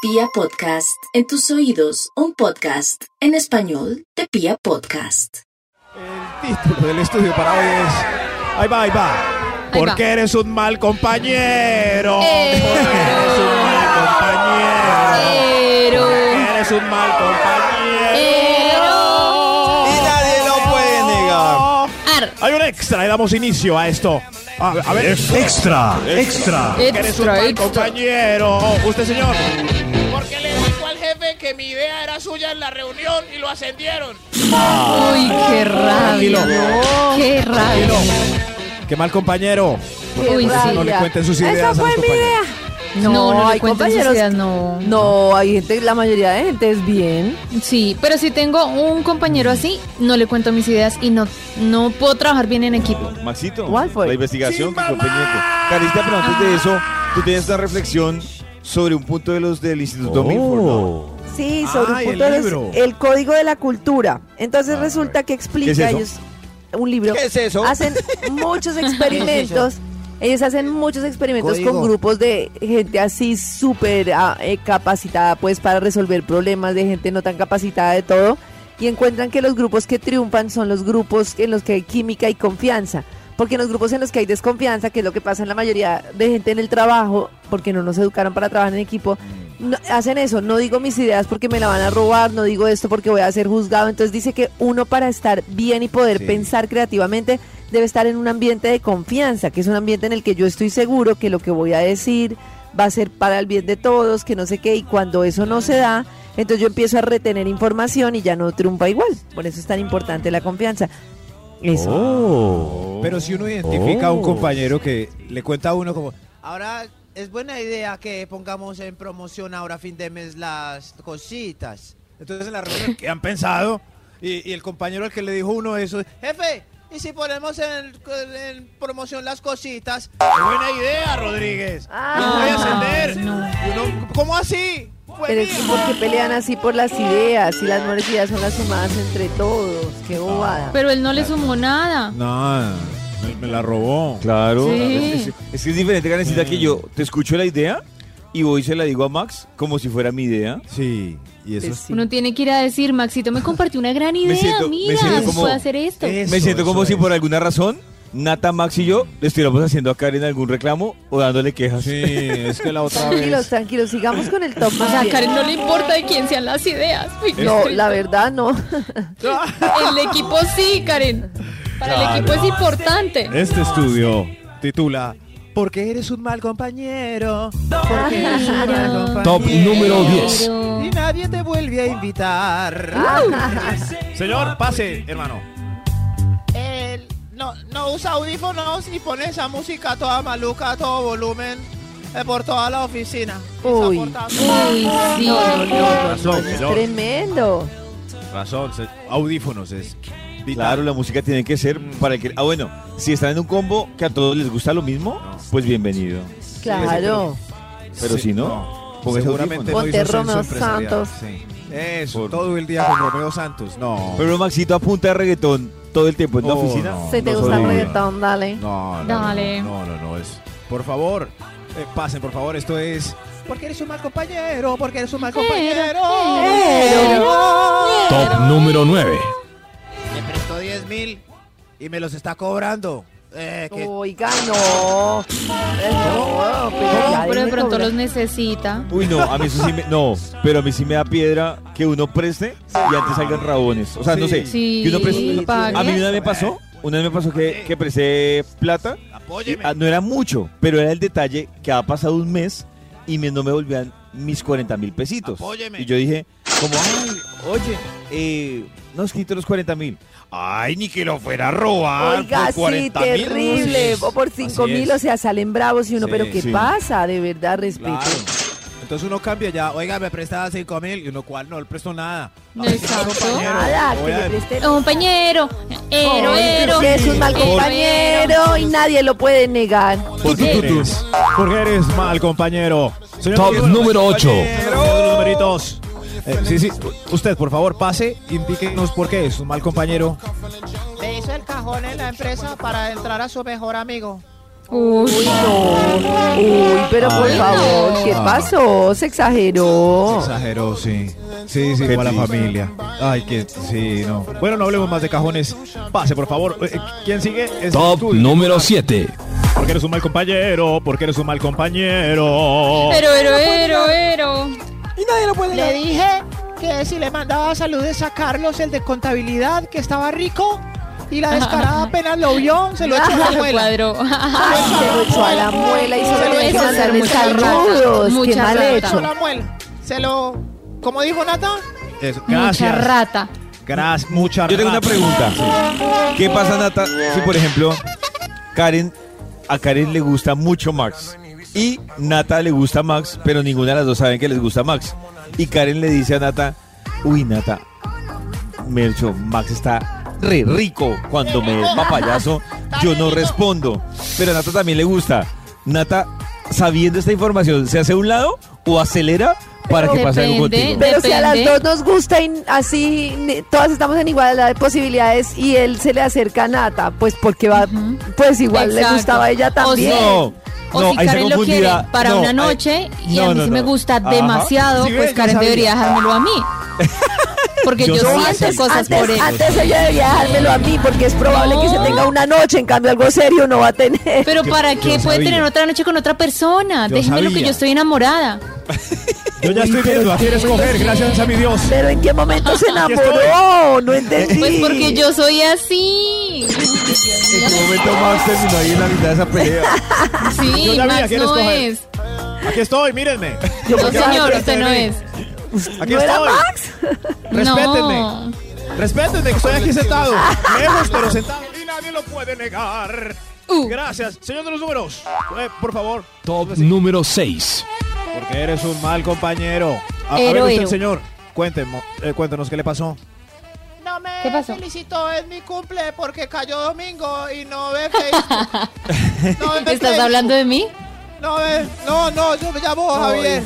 Pia Podcast, en tus oídos, un podcast en español de Pia Podcast. El título del estudio para hoy es Ahí va, ahí va. Ahí Porque va. eres un mal compañero. Eh. Porque eres un mal compañero. Pero, Porque eres un mal pero. Eh. compañero. Y nadie lo puede negar. Ar. Hay un extra y damos inicio a esto. Ah, a ver. Extra, extra. Que eres un Extra, mal extra. compañero. Oh, Usted, señor. Porque le dijo al jefe que mi idea era suya en la reunión y lo ascendieron. Uy, qué Tranquilo. rabia. Qué Tranquilo. rabia. Qué mal compañero. Uy, sí. No le cuenten sus ideas. Esa a fue los mi compañeros. idea. No, no, le hay cuenten sus compañeros- ideas, no. No, hay gente, la mayoría de gente es bien. Sí, pero si tengo un compañero así, no le cuento mis ideas y no, no puedo trabajar bien en equipo. Maxito, ¿Cuál fue? la investigación que fue pendiente. Carita, pero antes Ah. de eso, tú tienes una reflexión sobre un punto de los del Instituto Milford, ¿no? Oh. Sí, Ay, sobre un el punto de los- libro. el código de la cultura. Entonces resulta que ¿Qué explica es eso? ellos un libro. ¿Qué es Ah, eso? Hacen muchos experimentos. Ellos hacen muchos experimentos con grupos de gente así súper ah, eh, capacitada, pues para resolver problemas de gente no tan capacitada de todo. Y encuentran que los grupos que triunfan son los grupos en los que hay química y confianza. Porque en los grupos en los que hay desconfianza, que es lo que pasa en la mayoría de gente en el trabajo, porque no nos educaron para trabajar en equipo, no- hacen eso, no digo mis ideas porque me la van a robar, no digo esto porque voy a ser juzgado. Entonces dice que uno para estar bien y poder Sí. pensar creativamente debe estar en un ambiente de confianza, que es un ambiente en el que yo estoy seguro que lo que voy a decir va a ser para el bien de todos, que no sé qué, y cuando eso no se da, entonces yo empiezo a retener información y ya no triunfa igual. Por eso es tan importante la confianza. Eso. Pero si uno identifica a un compañero que le cuenta a uno como, Ahora es buena idea que pongamos en promoción ahora a fin de mes las cositas. entonces en la reunión que han pensado y, y el compañero al que le dijo uno eso, es Jefe, ¿y si ponemos en, en promoción las cositas? buena idea, Rodríguez. Ah. voy a ascender. Y uno, ¿Cómo así? Pues, Pero es que ¿por qué pelean así por las ideas? Y las mejores ideas son las sumadas entre todos. Qué bobada. Pero él no le sumó nada. No, me, me la robó. Claro. Sí. Es, es que es diferente, Karencita, que yo te escucho la idea y voy y se la digo a Max como si fuera mi idea. Sí, y eso Pues es- sí. Uno tiene que ir a decir, Maxito me compartió una gran idea, siento- me mira, siento como- puedo hacer esto. Eso, Me siento como eso si es. por alguna razón Nata, Max y yo le estuviéramos haciendo a Karen algún reclamo o dándole quejas. Sí, es que la otra Tranquilos, vez. tranquilos, sigamos con el top O más sea, a bien. Karen no le importa de quién sean las ideas. Uy, qué No, estrés. la verdad no. El equipo sí, Karen. Para el equipo es importante. Este estudio titula Porque eres un mal compañero. Porque eres un mal compañero. Top número 10. Y nadie te vuelve a invitar. Señor, pase, hermano. Él no, no usa audífonos y pone esa música toda maluca, a todo volumen, eh, por toda la oficina. Uy. Insoportable. Uy, sí. Razón, señor. Tremendo. Razón. se- Audífonos es. vital. Claro, la música tiene que ser Mm. para el que. Ah, bueno, si están en un combo que a todos les gusta lo mismo, pues bienvenido. Claro. Pero si no, póngase seguramente no audífonos. hizo Ponte Romeo censo empresarial. Santos. Sí. Eso, Por- todo el día con Romeo Santos. No. Pero Maxito apunta a reggaetón todo el tiempo en la Oh, oficina. no. Si te no gusta el sobrevive. reggaetón, dale. no, no, Dale. No, no, no, no, es. Por favor, eh, pasen, por favor, esto es. Porque eres un mal compañero. Porque eres un mal compañero. Top número 9. Le prestó 10 mil y me los está cobrando. Eh, que Oiga, no. Eh, no, pero ya Ah, Pero de dime pronto cómo- los necesita. Uy, no, a mí eso sí me. No, pero a mí sí me da piedra que uno preste y antes salgan rabones. O sea, no sé. Sí, que uno preste- pague. A mí una vez me pasó, una vez me pasó que, que presté plata. y, apóyeme. ah, no era mucho, pero era el detalle que ha pasado un mes y me- no me volvían mis 40 mil pesitos. Apóyeme. Y yo dije, como, ay, oye, eh, no, es que quito los 40 mil. Ay, ni que lo fuera a robar. Oiga, Ah, por sí, 40 mil. terrible. Sí, O por así 5 mil, es. o sea, salen bravos y uno, Sí, pero ¿qué sí. pasa? De verdad, respeto. Claro. Entonces uno cambia ya, oiga, me prestaba 5 mil y uno cual no le prestó nada. No, Ay, sí, exacto. compañero, Nada, voy que a- le presten. Compañero, héroe, héroe. Que es un mal héroe. compañero y nadie lo puede negar. Porque eres, porque eres mal compañero. Señor Top Rodrigo, número ocho. compañero, los numeritos. Eh, sí, sí. Usted, por favor, pase, indíquenos por qué es un mal compañero. Le hizo el cajón en la empresa para entrar a su mejor amigo. Uy, Uy, pero por favor, ¿qué pasó? Se exageró. Exageró, sí. Sí, sí, Oh. Qué para la triste. familia. Ay, que sí, no. Bueno, no hablemos más de cajones. Pase, por favor. Eh, eh, ¿Quién sigue? Es Top tuyo. número 7. Porque eres un mal compañero, porque eres un mal compañero. Pero, pero, pero, pero. Y nadie lo puede Le dije que si le mandaba saludos a Carlos, el de contabilidad, que estaba rico. Y la descarada apenas lo vio, se lo echó a la Se abuela. cuadró. Ay, se lo echó a la muela y Se solo lo le hizo hacer mandaron mucha rata, saludos. Qué mucha mal rata. Se hecho. lo amuela. Se lo. ¿Cómo dijo Nata? Eso, gracias. Mucha rata. Gracias, mucha Yo tengo una rata. pregunta. ¿Qué pasa, Nata, si por ejemplo Karen, a Karen le gusta mucho Max y Nata le gusta Max, pero ninguna de las dos saben que les gusta Max? Y Karen le dice a Nata, uy, Nata, Melcho, Max está re rico cuando me desma payaso, yo no respondo. Pero a Nata también le gusta. Nata, sabiendo esta información, ¿se hace a un lado o acelera para que pase algo Depende. contigo? Pero si a las Depende. dos nos gusta y así ni- todas estamos en igualdad de posibilidades y él se le acerca a Nata, pues porque va, Ujú. pues igual le Exacto. gustaba a ella O también. sea, No, O no, si ahí está Karen lo quiere confundida. para No, una ahí- noche y no, a mí no, sí me no. gusta Ajá. demasiado, Sí, ves, pues yo Karen sabía. debería dejármelo a mí. Porque Yo yo, sabía. siento cosas antes, por él. antes ella debía dejármelo a mí porque es probable que se No. tenga una noche, en cambio algo serio no va a tener. Pero Yo- ¿para yo qué puede sabía. tener otra noche con otra persona? Yo Déjeme lo que sabía. yo estoy enamorada. Yo ya estoy viendo a quién escoger, gracias a mi Dios. Pero en qué momento se enamoró, no entendí. Pues porque yo soy así. En qué momento Max terminó ahí en la mitad de esa pelea. Yo Sí, sabía Max quién no escoger. es. Aquí estoy, mírenme. No, porque- Ah, señor, pero usted no te vi. es. Aquí ¿No era estoy. Max? Respétenme. No. Respétenme que estoy aquí sentado. Lejos, pero sentado. Y nadie lo puede negar. Uh. Gracias. Señor de los números, eh, por favor. Top número 6. Porque eres un mal compañero. A, a ver Héroe. usted, señor. Cuéntemo- eh, cuéntenos qué le pasó. No me ¿Qué pasó? felicitó en mi cumple porque cayó domingo y no ve Facebook. No ve ¿Estás Facebook. hablando de mí? No ve. No, no, yo me llamo Javier.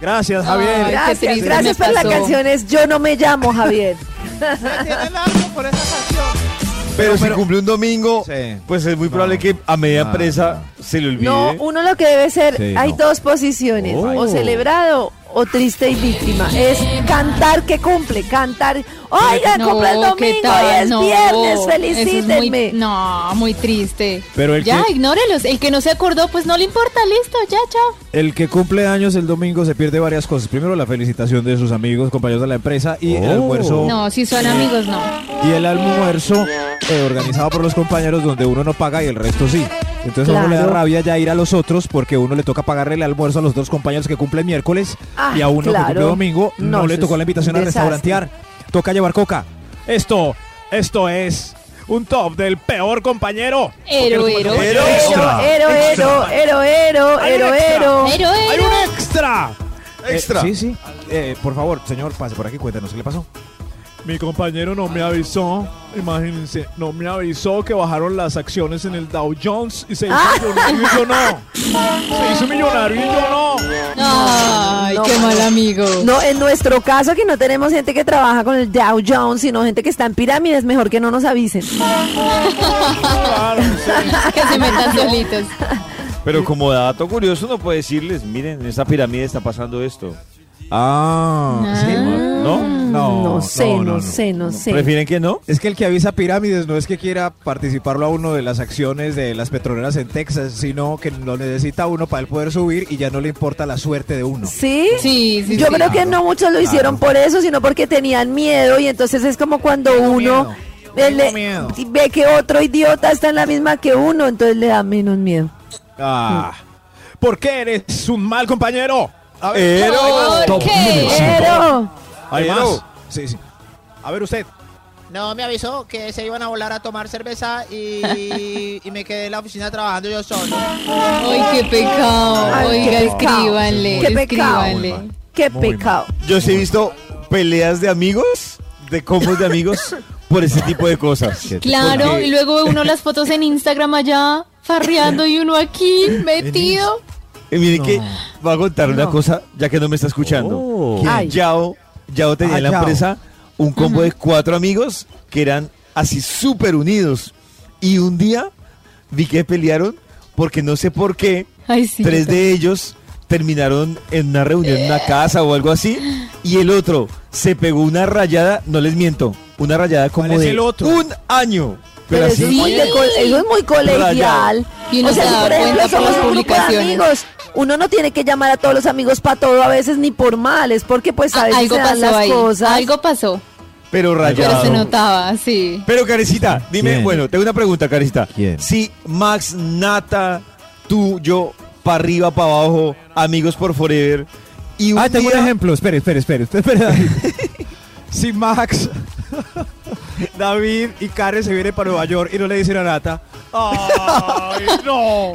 Gracias, Javier. Ay, qué Gracias, triste me gracias por las pasó. canciones. Yo no me llamo Javier. Me tienen algo por esa canción. Pero, si cumple un domingo, Sí. pues es muy probable No. que a media No, presa se le olvide. No, uno lo que debe ser, Sí, hay no. Oh. dos posiciones, o celebrado o triste y víctima. Es cantar que cumple, cantar, oiga, No, cumple el ¿qué domingo, tal? hoy es No, viernes, eso es muy- felicítenme. no, muy triste. Pero el ya, que- ignórelos. El que no se acordó, pues no le importa, listo, ya, chao. El que cumple años el domingo se pierde varias cosas. Primero, la felicitación de sus amigos, compañeros de la empresa y el Oh. almuerzo. No, si son amigos, no. Y el almuerzo eh, organizado por los compañeros donde uno no paga y el resto sí. Entonces a uno le da Claro. rabia ya ir a los otros porque a uno le toca pagarle el almuerzo a los dos compañeros que cumplen miércoles Ah, y a uno que cumple claro. domingo no, No, le eso tocó es la invitación un a desastre. restaurantear. Toca llevar coca. Esto, esto es un top del peor compañero. Héroe, Porque los héroe. compañeros- Ero, ero, ero, ero, ero, Hay un ero, extra. ero. Pero, ¡Hay pero- un extra! Extra. Eh, sí, sí. Eh, por favor, señor, pase por aquí, cuéntanos qué le pasó. Mi compañero no me avisó, imagínense, no me avisó que bajaron las acciones en el Dow Jones y se hizo millonario y yo no. Se hizo millonario y yo no. Ay, No. qué mal amigo. No, en nuestro caso que no tenemos gente que trabaja con el Dow Jones, sino gente que está en pirámides, mejor que no nos avisen. Claro, sí. Que se metan solitos. Pero como dato curioso, uno puede decirles, miren, en esta pirámide está pasando esto. Ah, ¿sí? ¿No? No, Mm, No sé, no, no, no no. sé, no sé. ¿Prefieren que no? Es que el que avisa pirámides no es que quiera participarlo a uno de las acciones de las petroleras en Texas, sino que lo necesita uno para él poder subir y ya no le importa la suerte de uno. ¿Sí? Sí, sí, Yo sí. creo que no muchos lo hicieron por eso, sino porque tenían miedo y entonces es como cuando uno miedo, eh, le- tengo miedo. ve que otro idiota está en la misma que uno, entonces le da menos miedo. Ah, ¿Por qué eres un mal compañero? A ver, ¿Por Top número qué? 5. Pero ¿hay Pero- más? Sí, sí. A ver usted. No, me avisó que se iban a volar a tomar cerveza y, y me quedé en la oficina trabajando yo solo. Ay, qué pecado. Ay, qué Oiga, pecado. escríbanle, Qué pecado. escríbanle. Muy mal. qué Muy mal. pecado. Yo sí he visto peleas de amigos, de combos de amigos, por ese tipo de cosas. Claro, Porque- y luego uno las fotos en Instagram allá, farreando y uno aquí, metido. Y miren eh, que voy a contar una cosa, ya que no me está escuchando. Oh. Que Ay. Yao, Yao tenía Ah, en la Yao. empresa un combo de cuatro amigos que eran así súper unidos. Y un día vi que pelearon porque no sé por qué Ay, sí. tres de ellos terminaron en una reunión en una casa o algo así y el otro se pegó una rayada, no les miento, una rayada como ¿Cuál es de el otro? un año. Pero eso, es así, muy de co- eso es muy colegial. Y uno o sea, se si da por ejemplo cuenta por somos las un grupo de publicaciones. amigos, uno no tiene que llamar a todos los amigos para todo a veces ni por mal, es porque pues a Ah, veces algo se dan pasó las ahí. cosas. Algo pasó. pero Pero rayado. se notaba, sí. Pero Carecita, dime, ¿Quién? bueno, tengo una pregunta, Carecita. ¿Quién? Si Max, Nata, tú, yo, para arriba, para abajo, amigos por forever. Y un Ah, tengo día- un ejemplo. Espere, espere, espere. espere, espere, David. si Max, David y Karen se vienen para Nueva York y no le dicen a Nata. ¡Ay, no!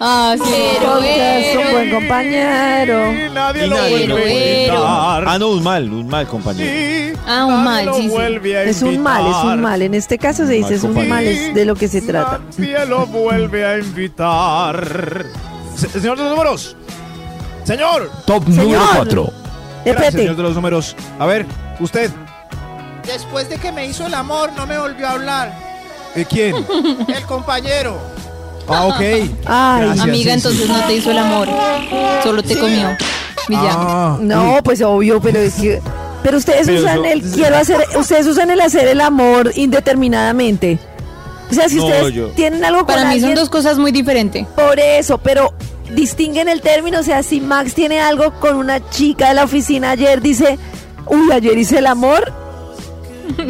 Ah, sí. Pero es un buen compañero. Y nadie y lo nadie lo vuelve a puede Pero, dar. invitar. Ah, no, un mal, un mal, compañero. Sí, Ah, un nadie mal, lo sí, sí. vuelve a Es un mal, es invitar. un mal. En este caso se dice es un compañero. mal, es de lo que se trata. Nadie lo vuelve a invitar. Se- señor de los números. Señor. Top número 4. Gracias, Espérate, señor de los números. A ver, usted. Después de que me hizo el amor, no me volvió a hablar. ¿eh, ¿Quién? El compañero. Ah, ok. Ay. Gracias, sí, Amiga, sí. entonces no te hizo el amor. Solo te comió. Y ya. Ah, No, pues obvio, pero es que. Pero ustedes Pero usan eso- el quiero hacer, ustedes usan el hacer el amor indeterminadamente. O sea, si No, ustedes yo- tienen algo con Para mí son alguien, dos cosas muy diferentes. por eso, pero distinguen el término. O sea, si Max tiene algo con una chica de la oficina ayer, dice, uy, ayer hice el amor.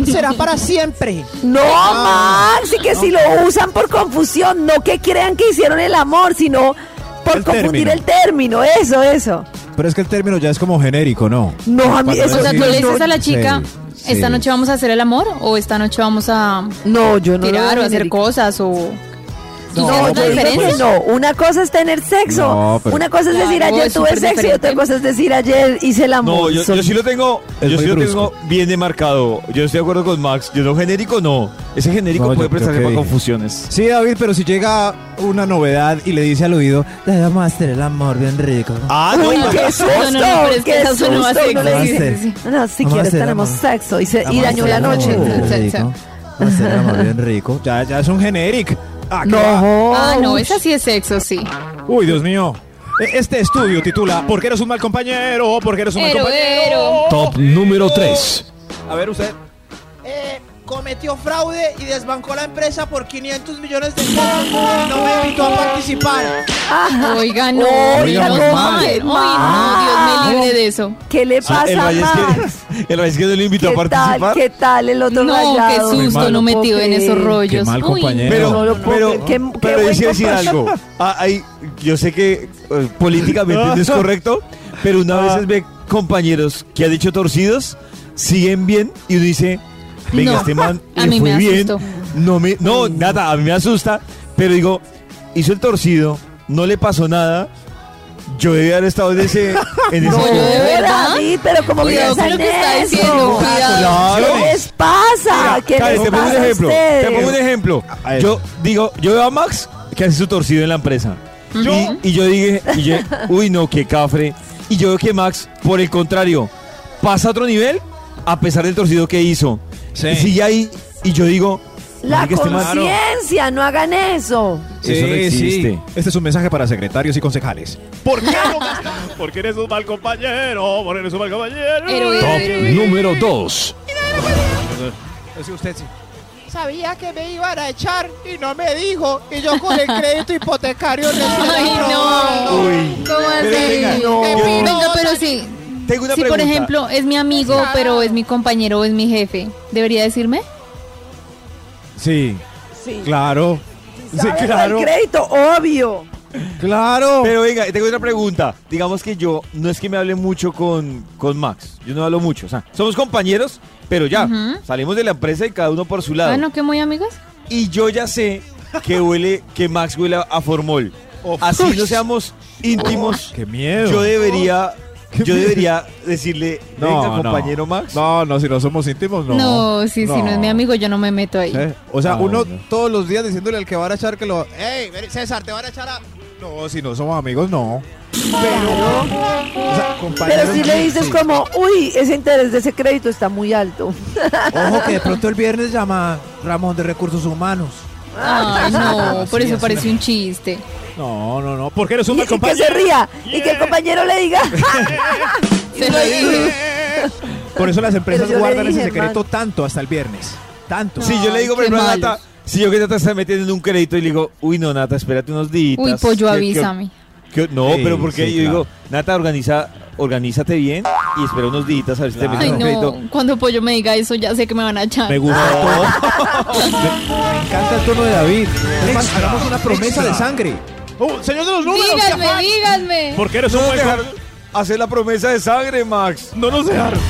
Será para siempre. No, Max, y que si lo usan por confusión, no que crean que hicieron el amor, sino por El confundir término. el término. Eso, eso. Pero es que el término ya es como genérico, ¿no? No, a Cuando mí eso Pues, O sea, sí, tú le no, dices a la sí, chica, sí. esta noche vamos a hacer el amor o esta noche vamos a no, yo no. lo tirar veo o hacer genérico. cosas o... No, ¿Hicieron yo una digo que diferencia? no. Una cosa es tener sexo. No, pero- Una cosa es decir Claro, ayer es tuve súper sexo y diferente. otra cosa es decir ayer hice el amor. No, yo, yo Son- sí lo tengo, Es yo muy sí lo brusco. tengo bien demarcado. Yo estoy de acuerdo con Max. Yo no genérico, no. Ese genérico No, yo- puede yo prestarse qué para dije. confusiones. Sí, David, pero si llega una novedad y le dice al oído, le vamos a hacer el amor bien rico. Ah, Uy, no, qué no, susto, no, no, pero es que qué eso no va a susto, ser. uno le No va a dice, ser. No, si Vamos a quieres hacer el tenemos amor. sexo y, se, y Vamos a dañó hacer la el noche. amor bien Sí, sí, rico. Vamos a hacer el amor bien rico. Ya, ya es un generic. Ah, ¿qué va? No, Ah, no, esa sí es sexo, sí. Uy, Dios mío. E- Este estudio titula ¿Por qué eres un mal compañero? ¿Por qué eres un mal Ero, compañero? ero. Top número 3. A ver usted. Eh, cometió fraude y desbancó la empresa por 500 millones de pesos. y No me invitó a participar. Oiga, no. Oiga, no, no, mal. qué Ay, no, Dios me libre de eso. ¿Qué le Ah, el pasa a Valle Max? es que, el Valle es que no le invitó a ¿Qué tal, participar. qué tal el otro No, qué rayado? susto, malo. no metido en esos Qué rollos. mal Uy, compañero. Pero, No lo puedo pero, creer. Qué- qué pero yo buen sí decir compañero. algo. Ah, ahí, yo sé que eh, políticamente no es correcto, pero una Ah. veces ve compañeros que han hecho torcidos, siguen bien y uno dice, venga, No, este man a le mí fue me bien. asustó. No, me, no nada, a mí me asusta, pero digo, hizo el torcido, no le pasó nada. Yo debía haber estado en ese... En ese No, Yo de verdad. David, pero como Cuidado con piensan lo que está eso. diciendo. Cuidado. Claro. ¿Qué les Ah, pasa? Mira, ¿Qué Karen, les te pongo un pasa a ejemplo. Te pongo un ustedes? ejemplo. A ver. Yo digo, yo veo a Max que hace su torcido en la empresa. Ujú. Y, y yo dije, y yo, uy no, qué cafre. Y yo veo que Max, por el contrario, pasa a otro nivel a pesar del torcido que hizo. Sí. Y sigue ahí. Y yo digo, La "Marica, este man- conciencia, no hagan eso. Eso no existe. Este es un mensaje para secretarios y concejales. ¿Por qué no gastas? Porque eres un mal compañero. Porque eres un mal compañero. Eh, Ero, ero, Top ero. número 2. Sí, usted sí. Sabía que me iban a echar y no me dijo. Y yo con el crédito hipotecario recién Ay, aprobado. no. uy. ¿Cómo así? Pero venga, No. yo- Venga, pero sí. Tengo una Si, pregunta. por ejemplo, es mi amigo, pero es mi compañero o es mi jefe, ¿debería decirme? Sí, Sí. claro. Sí, ¿Saben claro. El crédito, obvio. Claro. Pero venga, tengo otra pregunta. Digamos que yo no es que me hable mucho con, con Max. Yo no hablo mucho. O sea, somos compañeros, pero ya Ujú. salimos de la empresa y cada uno por su lado. Ah, no, que muy amigos. Y yo ya sé que huele, que Max huele a formol. Así no seamos íntimos. Qué miedo. Yo debería, Qué yo miedo. debería decirle, venga, compañero Max. No, no, si no somos íntimos, no. No, sí, si no es mi amigo, yo no me meto ahí. ¿Eh? O sea, Ah, uno bueno. todos los días diciéndole al que van a echar que lo. Ey, ven, César, te van a echar a. No, si no somos amigos, no. Pero. O sea, compañeros, Pero si le dices sí. como, uy, ese interés de ese crédito está muy alto. Ojo que de pronto el viernes llama Ramón de Recursos Humanos. Ay, no, por eso parece un chiste. No, no, no. Porque eres un Y, mal y que se compañero. ría. Y que el compañero le diga. "Ah, Se lo digo. Por eso las empresas yo le guardan ese dije, secreto hermano. tanto hasta el viernes. Tanto. Si yo le digo, por Ay, qué ejemplo, a Nata, malos. si yo que Nata se está metiendo en un crédito y le digo, uy, no, Nata, espérate unos días. Uy, pollo, avísame. Que- no, Sí, pero porque sí, yo claro. digo, Nata, organiza, organízate bien y espera unos días a ver si te Claro. metes Ay, en un crédito. no. Cuando pollo me diga eso, ya sé que me van a echar. Me gusta. me, me encanta el tono de David. Es más, hagamos una promesa extra. de sangre. Oh, señor de los números. ¿qué Díganme, afán? díganme. Porque eres No un nos buen dejaron com- hacer la promesa de sangre, Max. No nos dejaron.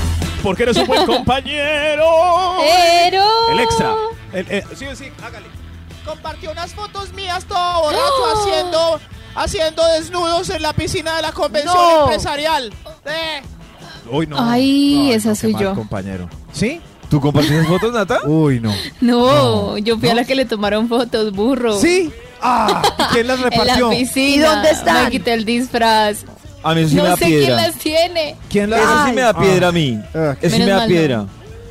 Porque eres un buen compañero. Eh. Pero. El extra. El- eh, sí, sí, hágale. Compartió unas fotos mías todo borracho haciendo, haciendo desnudos en la piscina de la convención No. empresarial. Eh, Uy, no. Ay, esa qué soy mal yo. compañero. ¿Sí? ¿Tú compartiste fotos, Nata? Uy, no. No, No, yo fui a la que le tomaron fotos, burro. ¿Sí? Ah, ¿y quién las En la repartió? piscina. ¿Y dónde están? Me quité el disfraz. A mí eso sí me No da sé piedra. quién las tiene. ¿Quién Ah. las Eso sí me da piedra a mí. Ah, Eso sí Menos me da mal, piedra.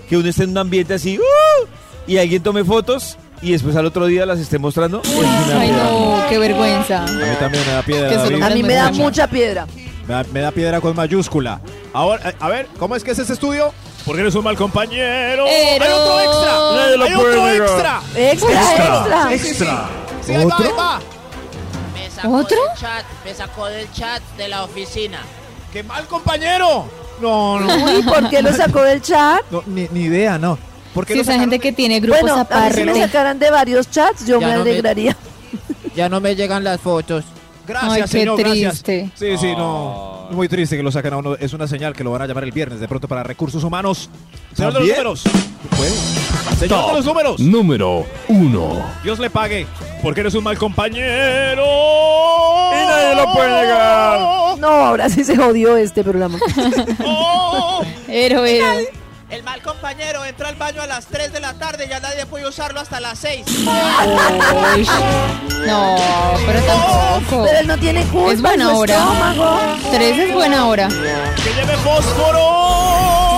Que uno esté en un ambiente así ¡uh! y alguien tome fotos y después al otro día las esté mostrando. Eso sí me da Ay, piedra. no, qué vergüenza. A mí también me da piedra. Que solo David. A mí me da Mucha. mucha piedra. Me da, me da piedra con mayúscula. Ahora, eh, a a ver, ¿cómo es que es ese estudio? Porque eres un mal compañero. ¡Hay Pero- otro extra! Nadie lo ¡Hay puede otro negar. extra! Extra, extra. ¡Extra! sí, ahí va, ahí ¿Otro? va. Me sacó ¿Otro? del chat, me sacó del chat de la oficina. ¡Qué mal compañero! No, no. Uy, ¿por qué lo sacó del chat? no, ni, ni idea, no. Porque Sí, esa gente que tiene grupos Bueno, a mí si aparte. me sacaran de varios chats, yo Ya me no me- alegraría. Ya no me llegan las fotos. Gracias, Ay, qué señor, gracias. triste. Sí, sí, no. Muy triste que lo saquen a uno. Es una señal que lo van a llamar el viernes de pronto para recursos humanos. Señor de los ¿También? números. Pues, Señor de los números. Número 1. Dios le pague. Porque eres un mal compañero. Y nadie lo puede negar. No, ahora sí se jodió este programa. Héroe. El mal compañero entra al baño a las 3 de la tarde, ya nadie puede usarlo hasta las 6. Uy. No, pero tampoco. Pero él no tiene culpa. Oh. Es buena su hora. estómago. Tres es buena hora. ¡Que lleve fósforo!